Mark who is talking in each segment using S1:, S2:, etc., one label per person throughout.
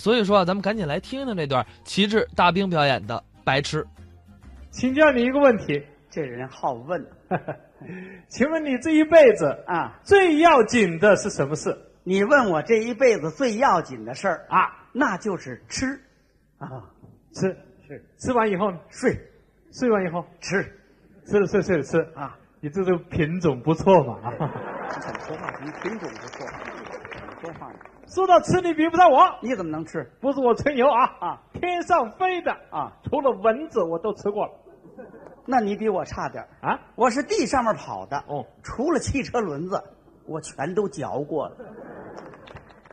S1: 所以说啊，咱们赶紧来听听这段旗帜大兵表演的《白痴》。
S2: 请教你一个问题，
S3: 这人好问
S2: 请问你这一辈子
S3: 啊！
S2: 最要紧的是什么事
S3: 你问我这一辈子最要紧的事儿，
S2: 啊？
S3: 那就是吃啊，
S2: 吃
S3: 是
S2: 吃完以后呢？
S3: 睡
S2: 睡完以后
S3: 吃
S2: 吃了睡，睡了吃啊！
S3: 啊。
S2: 你这个品种不错 嘛啊！
S3: 你怎么说话？你品种不错，怎么说话呢？
S2: 说到吃，你比不上我，
S3: 你怎么能吃
S2: 不是我吹牛啊
S3: 啊！
S2: 天上飞的
S3: 啊？
S2: 除了蚊子我都吃过了
S3: 那你比我差点儿
S2: 啊！
S3: 我是地上面跑的，
S2: 哦，
S3: 除了汽车轮子，我全都嚼过了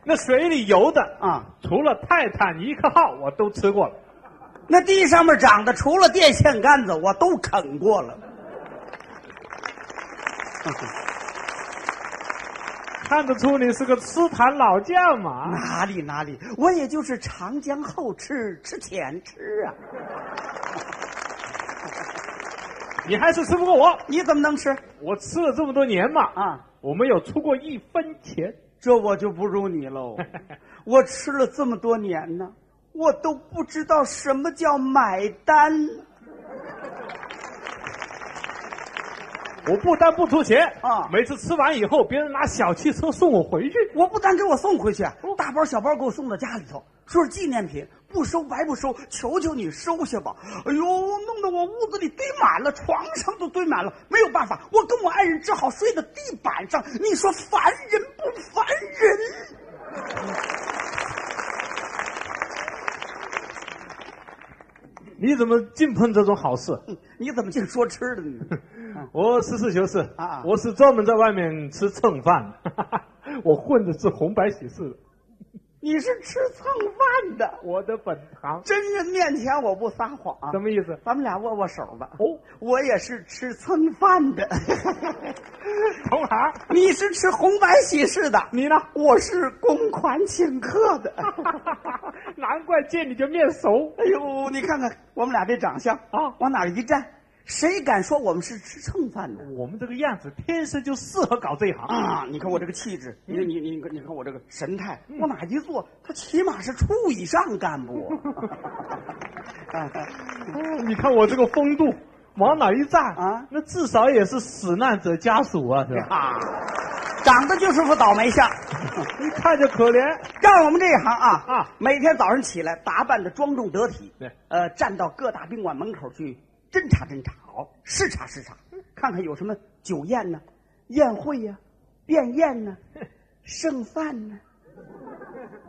S2: 那水里游的，
S3: 啊。
S2: 除了泰坦尼克号我都吃过了。
S3: 那地上面长的，除了电线杆子，我都啃过了。
S2: 看得出你是个吃坛老将嘛？
S3: 哪里哪里，我也就是长江后吃，吃前吃啊。
S2: 你还是吃不过我，
S3: 你怎么能吃
S2: 我吃了这么多年嘛
S3: 啊？
S2: 我没有出过一分钱。
S3: 这我就不如你喽。我吃了这么多年呢，我都不知道什么叫买单。
S2: 我不但不出钱
S3: 啊
S2: 每次吃完以后，别人拿小汽车送我回去。
S3: 我不但给我送回去，大包小包给我送到家里头，说是纪念品，不收白不收，求求你收下吧。哎呦，弄得我屋子里堆满了，床上都堆满了，没有办法，我跟我爱人只好睡到地板上。你说烦人不烦人？
S2: 你怎么净碰这种好事？
S3: 哼你怎么净说吃的呢？
S2: 我实事求是
S3: 啊
S2: 我是专门在外面吃蹭饭的， 我混的是红白喜事的，
S3: 你是吃蹭饭的。
S2: 我的本行。
S3: 真人面前我不撒谎，啊
S2: 什么意思？
S3: 咱们俩握握手吧。
S2: 哦，
S3: 我也是吃蹭饭的，
S2: 同行，
S3: 你是吃红白喜事的，
S2: 你呢？
S3: 我是公款请客 的。
S2: 难怪见你就面熟。
S3: 哎呦，你看看我们俩这长相
S2: 啊
S3: 往哪儿一站，谁敢说我们是吃蹭饭的
S2: 我们这个样子天生就适合搞这一行。
S3: 啊？你看我这个气质，
S2: 嗯
S3: 你你你你看我这个神态，往哪儿一坐，他起码是处以上干 部。
S2: 你看我这个风度，往哪一站
S3: 啊
S2: 那至少也是死难者家属啊，是吧？
S3: 啊，长得就是副倒霉相。
S2: 一看就可怜。
S3: 干我们这一行啊
S2: 啊
S3: 每天早上起来打扮的庄重得体，
S2: 对，
S3: 呃，站到各大宾馆门口去侦查侦查，好视察视察，
S2: 嗯
S3: 看看有什么酒宴呢、宴会呀、便宴呢、剩饭呢、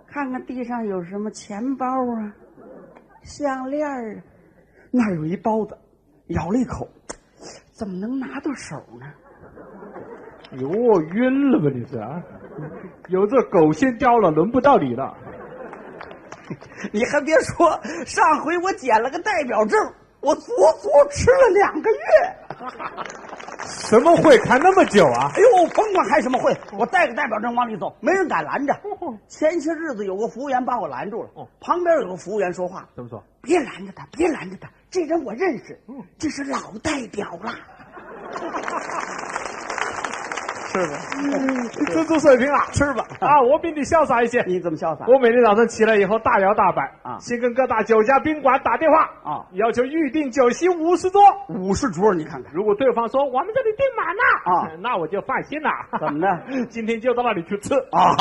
S3: 看看地上有什么钱包啊、项链儿啊，那儿有一包子，咬了一口，怎么能拿到手呢？
S2: 哟，晕了吧你是啊？有这狗先叼了，轮不到你了。
S3: 你还别说，上回我捡了个代表证，我足足吃了两个月。
S2: 什么会看那么久啊？
S3: 哎呦，甭管开什么会，我带个代表证往里走，没人敢拦着。前些日子有个服务员把我拦住了
S2: 哦，
S3: 旁边有个服务员说话
S2: 怎么说？：“
S3: 别拦着他，别拦着他，这人我认识，这是老代表了。”是吧？
S2: 这种水平啊！
S3: 吃吧。
S2: 啊，我比你潇洒 一些。
S3: 你怎么潇洒？
S2: 我每天早上起来以后大摇大摆
S3: 啊
S2: 先跟各大酒家宾馆打电话
S3: 啊
S2: 要求预订酒席五十桌。
S3: 五十桌，你看看。
S2: 如果对方说我们这里订满了
S3: 啊
S2: 那我就放心了。
S3: 怎么的？
S2: 今天就到那里去吃。
S3: 啊，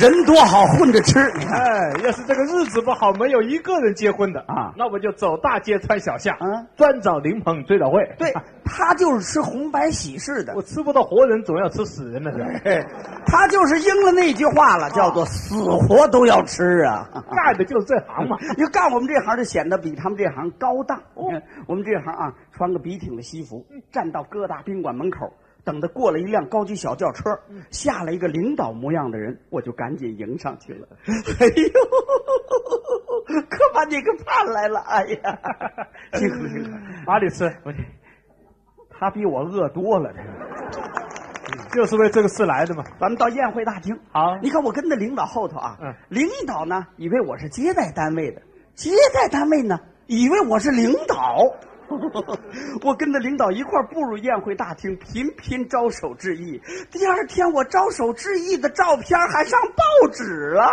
S3: 人多好混着吃，你看。
S2: 哎，要是这个日子不好，没有一个人结婚的
S3: 啊
S2: 那我就走大街穿小巷，
S3: 嗯，
S2: 专找灵棚追悼会。
S3: 对他就是吃红白喜事的
S2: 我，吃不到活人，总要吃死人的 是吧？
S3: 他就是应了那句话了，叫做死活都要吃啊。
S2: 干的就是这行嘛。
S3: 你干我们这行就显得比他们这行高档。我看我们这行啊，穿个笔挺的西服，站到各大宾馆门口，等着过了一辆高级小轿车，下来一个领导模样的人，我就赶紧迎上去了。 哎呦，可把你给盼来了！哎呀， 辛苦辛苦，
S2: 哪里吃？我
S3: 他比我饿多了。这个
S2: 就是为这个 事来的嘛。
S3: 咱们到宴会大厅。
S2: 好
S3: 你看我跟着领导后头啊，
S2: 嗯
S3: 领导呢以为我是接待单位的，接待单位呢以为我是领导， 我跟着领导一块儿步入宴会大厅，频频招手致意。第二天，我招手致意的照片还上报纸了。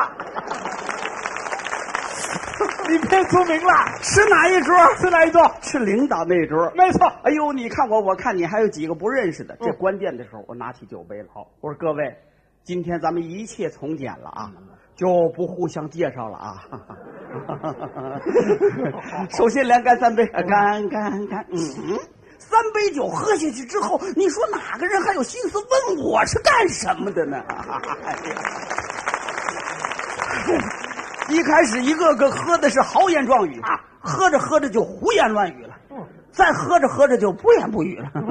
S2: 你变出名了，
S3: 是哪一桌？
S2: 是哪一桌？
S3: 是领导那桌。
S2: 没错，
S3: 哎呦，你看我，我看你，还有几个不认识的。这
S2: 嗯
S3: 关键的时候，我拿起酒杯了。好，我说各位，今天咱们一切从简了啊，
S2: 嗯
S3: 就不互相介绍了啊。 首先连干三杯，呃干干干，嗯。三杯酒喝下去之后，你说哪个人还有心思问我是干什么的呢？ 哎呀一开始一个个喝的是豪言壮语啊，喝着喝着就胡言乱语了，
S2: 哦
S3: 再喝着喝着就不言不语了。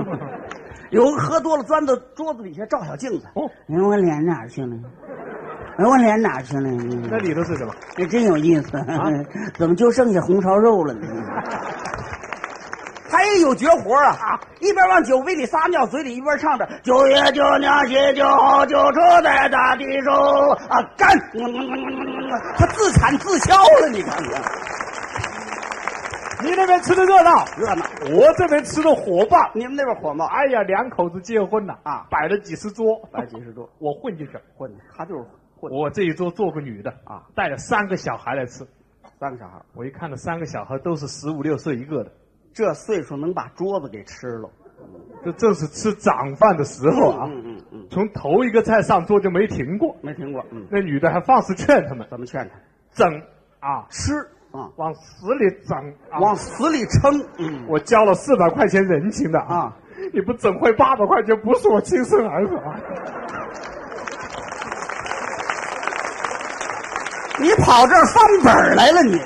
S3: 有个喝多了钻到桌子底下照小镜子，
S2: 哦
S3: 哎我脸哪儿去了？哎，我脸哪儿去了？
S2: 那里头是什么？
S3: 这真有意思， 怎么就剩下红烧肉了呢？ 还有绝活啊！啊一边往酒杯里撒尿，嘴里一边唱着“九爷九娘鞋酒好酒车在大地手啊干”，嗯他自产自销了，你看看
S2: 你那边吃的热闹，
S3: 热闹。
S2: 我这边吃的火爆。
S3: 你们那边火吗？
S2: 哎呀，两口子结婚了
S3: 啊
S2: 摆了几十桌，
S3: 摆几十桌，
S2: 我混进去了。
S3: 混，他就是混。
S2: 我这一桌做个女的
S3: 啊，
S2: 带了三个小孩来吃。
S3: 三个小孩，
S2: 我一看那三个小孩都是十五六岁一个的，
S3: 这岁数能把桌子给吃了。
S2: 这正是吃长饭的时候啊。
S3: 嗯嗯嗯，
S2: 从头一个菜上桌就没停过，
S3: 没听过。嗯，
S2: 那女的还放肆劝他们
S3: 咱们劝他
S2: 整啊，
S3: 吃啊，
S2: 往死里整啊。
S3: 往死里撑。嗯。
S2: 我交了四百块钱人情的啊
S3: 啊，
S2: 你不整回八百块钱，不是我亲生儿子 啊！
S3: 你跑这儿翻本儿来了你？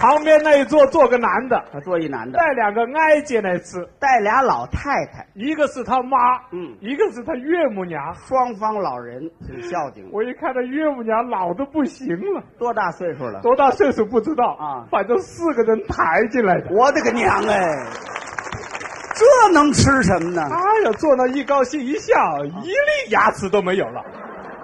S2: 旁边那一桌坐个男的，
S3: 他做一男的，
S2: 带两个挨姐来吃，
S3: 带俩老太太，
S2: 一个是他妈，
S3: 嗯
S2: 一个是他岳母娘。
S3: 双方老人挺孝敬的。
S2: 我一看他岳母娘老的不行了，
S3: 多大岁数了？
S2: 多大岁数不知道
S3: 啊
S2: 反正四个人抬进来的。
S3: 我的个娘哎！这能吃什么呢
S2: 哎？呀，坐那一高兴一笑，一粒牙齿都没有了。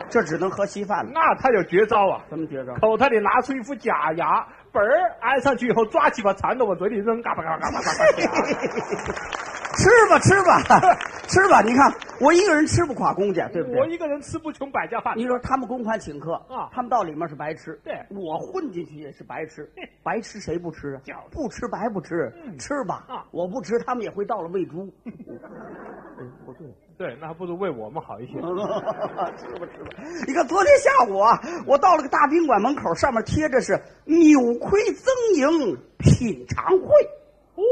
S3: 这只能喝稀饭了。
S2: 那他有绝招啊！
S3: 怎么觉着？
S2: 口袋里拿出一副假牙，本儿安上去以后，抓起把馋的往嘴里扔，嘎巴嘎巴嘎巴嘎巴 嘎巴。
S3: 吃吧吃吧 吃吧！你看我一个人吃不垮公家，对不
S2: 我
S3: 对？
S2: 一个人吃不穷百 家饭。
S3: 你说他们公款请客
S2: 啊
S3: 他们到里面是白吃，
S2: 对
S3: 我混进去也是白吃，白吃谁不吃啊
S2: 就是？
S3: 不吃白不吃，吃吧、
S2: 啊
S3: 我不吃，他们也会到了喂猪。哎不对。
S2: 对，那还不如为我们 好一些。
S3: 吃吧吃吧。 你看昨天下午啊，我到了个大宾馆门口，上面贴着是“扭亏增盈品尝会
S2: 哦，”。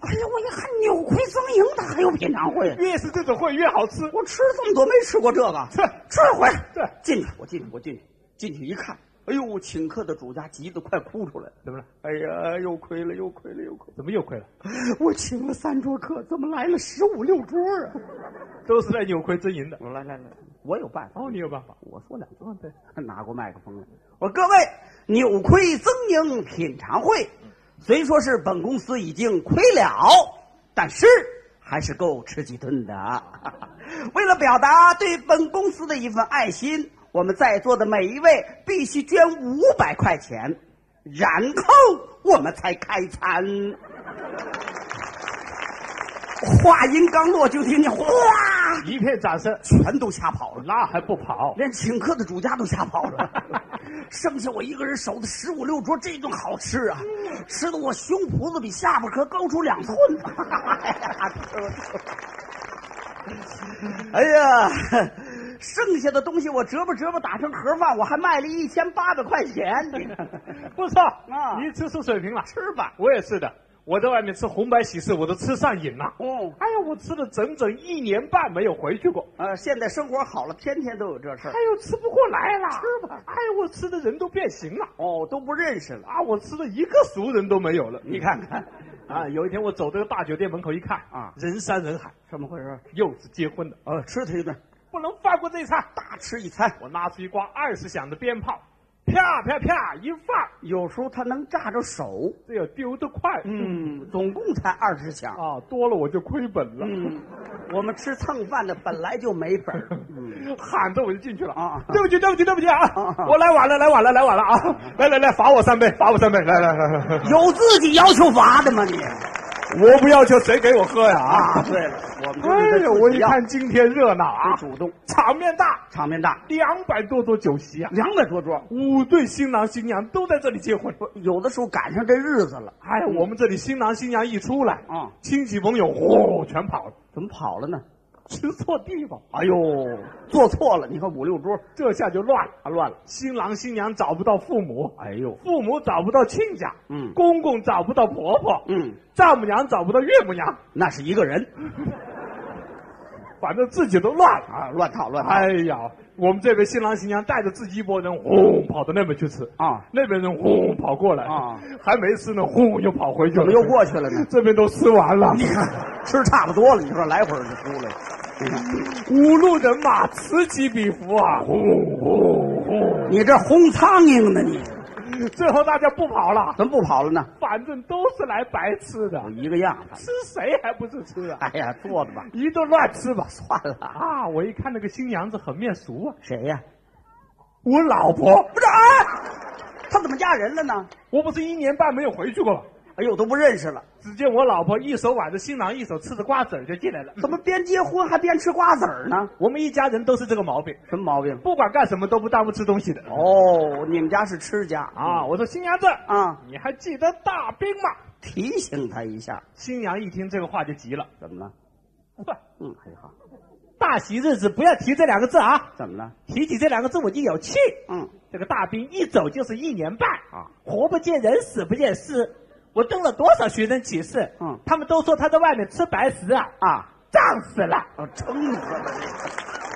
S3: 哎呀，我一看扭亏增盈，它还有品尝会？
S2: 越是这种会越好吃。
S3: 我吃这么多没吃过这 个，
S2: 是
S3: 吃一回。
S2: 对
S3: 进去，我进去，我进去，进去一看，哎呦，请客的主家急得快哭出来了。
S2: 怎么了？
S3: 哎呀，又亏了，又亏了，又亏了！
S2: 怎么又亏了？
S3: 我请了三桌客，怎么来了十五六桌啊？
S2: 都是在扭亏增盈的。
S3: 我来来来，我有办法。
S2: 哦，你有办法。
S3: 我说两句。
S2: 哦，对，
S3: 拿过麦克风来，我说各位，扭亏增盈品尝会，虽说是本公司已经亏了，但是还是够吃几顿的 啊。为了表达对本公司的一份爱心，我们在座的每一位必须捐五百块钱，然后我们才开餐。话音刚落，就听见哗，
S2: 一片掌声，
S3: 全都吓跑了。
S2: 那还不跑？
S3: 连请客的主家都吓跑了， 剩下我一个人守的十五六桌，这顿好吃啊，吃的我胸脯子比下巴壳高出两寸。哎呀吃吧吃吧 哎呀，剩下的东西我折吧折吧打成盒饭，我还卖了一千八百块钱。你看
S2: 不错
S3: 啊
S2: 你吃出水平了。
S3: 吃吧，
S2: 我也是的，我在外面吃红白喜事，我都吃上瘾了。
S3: 嗯，
S2: 哎呀，我吃了整整一年半没有回去过。
S3: 呃，现在生活好了，天天都有这事儿
S2: 哎。呦，吃不过来了。
S3: 吃吧
S2: 哎呦，我吃的人都变形了。
S3: 哦，都不认识了。
S2: 啊，我吃的一个熟人都没有了。
S3: 你看看，
S2: 啊，有一天我走这个大酒店门口一看，
S3: 啊
S2: 人山人海，
S3: 怎么回事？
S2: 又是结婚的，
S3: 呃，吃他一顿，
S2: 不能放过这一餐。
S3: 大吃一餐。
S2: 我拿出一挂二十响的鞭炮，啪啪啪一放，
S3: 有时候他能炸着手，
S2: 这要丢得快。
S3: 嗯，总共才二十响。
S2: 啊，多了我就亏本了。
S3: 嗯，我们吃蹭饭的本来就没本 儿。嗯，
S2: 喊着我就进去了
S3: 啊
S2: 对不起，对不起，对不起啊
S3: 啊啊！
S2: 我来晚了，来晚了，来晚了啊！来来来，罚我三杯，罚我三杯，来来来来。
S3: 有自己要求罚的吗你？
S4: 我不要求谁给我喝呀啊！
S3: 啊，对了，我们就是
S2: 哎
S3: 在
S2: 呦，
S3: 自
S2: 我
S3: 己
S2: 一
S3: 要
S2: 看今天热闹啊
S3: 得，主动，
S2: 场面大，
S3: 场面大，
S2: 两百多桌酒席啊，
S3: 两百多桌，
S2: 五对新郎新娘都在这里结婚。
S3: 有的时候赶上这日子了，
S2: 哎，我们这里新郎新娘一出来，
S3: 啊，
S2: 亲戚朋友嚯全跑了，
S3: 怎么跑了呢？
S2: 吃错地方，
S3: 哎呦，做错了，你看五六桌，
S2: 这下就乱了。
S3: 啊乱了，
S2: 新郎新娘找不到父母，
S3: 哎呦，
S2: 父母找不到亲家，
S3: 嗯
S2: 公公找不到婆婆，
S3: 嗯，
S2: 丈母娘找不到岳母娘，
S3: 那是一个人
S2: 嗯反正自己都乱了。
S3: 啊，乱套乱套，
S2: 哎呀，我们这边新郎新娘带着自己一拨人，轰跑到那边去吃
S3: 啊，
S2: 那边人轰跑过来
S3: 啊，
S2: 还没吃呢，轰又跑回去了，
S3: 怎么又过去了呢？
S2: 这边都吃完了，
S3: 你看吃差不多了，你说来回儿就出来了，你看
S2: 五路人马此起彼伏啊，轰轰轰！
S3: 你这轰苍蝇呢你，
S2: 最后大家不跑了，
S3: 怎么不跑了呢？
S2: 反正都是来白吃的
S3: 有，一个样，
S2: 吃谁还不是吃啊？
S3: 哎呀，坐着吧，
S2: 一顿乱吃吧，
S3: 算了，
S2: 啊！我一看那个新娘子很面熟啊，
S3: 谁呀、
S2: 我老婆，
S3: 不是啊，他怎么压人了呢？
S2: 我不是一年半没有回去过吗？
S3: 哎呦，都不认识了，
S2: 只见我老婆一手挽着新郎，一手吃着瓜子儿就进来了。
S3: 怎么边结婚还边吃瓜子儿呢？
S2: 我们一家人都是这个毛病，
S3: 什么毛病？
S2: 不管干什么都不耽误吃东西的。
S3: 哦，你们家是吃家
S2: 啊，我说新娘子，
S3: 啊，
S2: 你还记得大兵吗？
S3: 提醒他一下，
S2: 新娘一听这个话就急了，
S3: 怎么了？嗯，还好，
S2: 大喜日子不要提这两个字啊，
S3: 怎么了？
S2: 提起这两个字我就有气。
S3: 嗯，
S2: 这个大兵一走就是一年半
S3: 啊，
S2: 活不见人，死不见尸。我登了多少学生启事，
S3: 嗯
S2: 他们都说他在外面吃白食啊，
S3: 啊，
S2: 胀死了。
S3: 哦，撑死了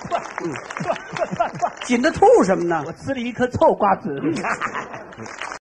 S3: 这个，嗯，紧着吐什么呢
S2: 我？吃了一颗臭瓜子。
S3: 你看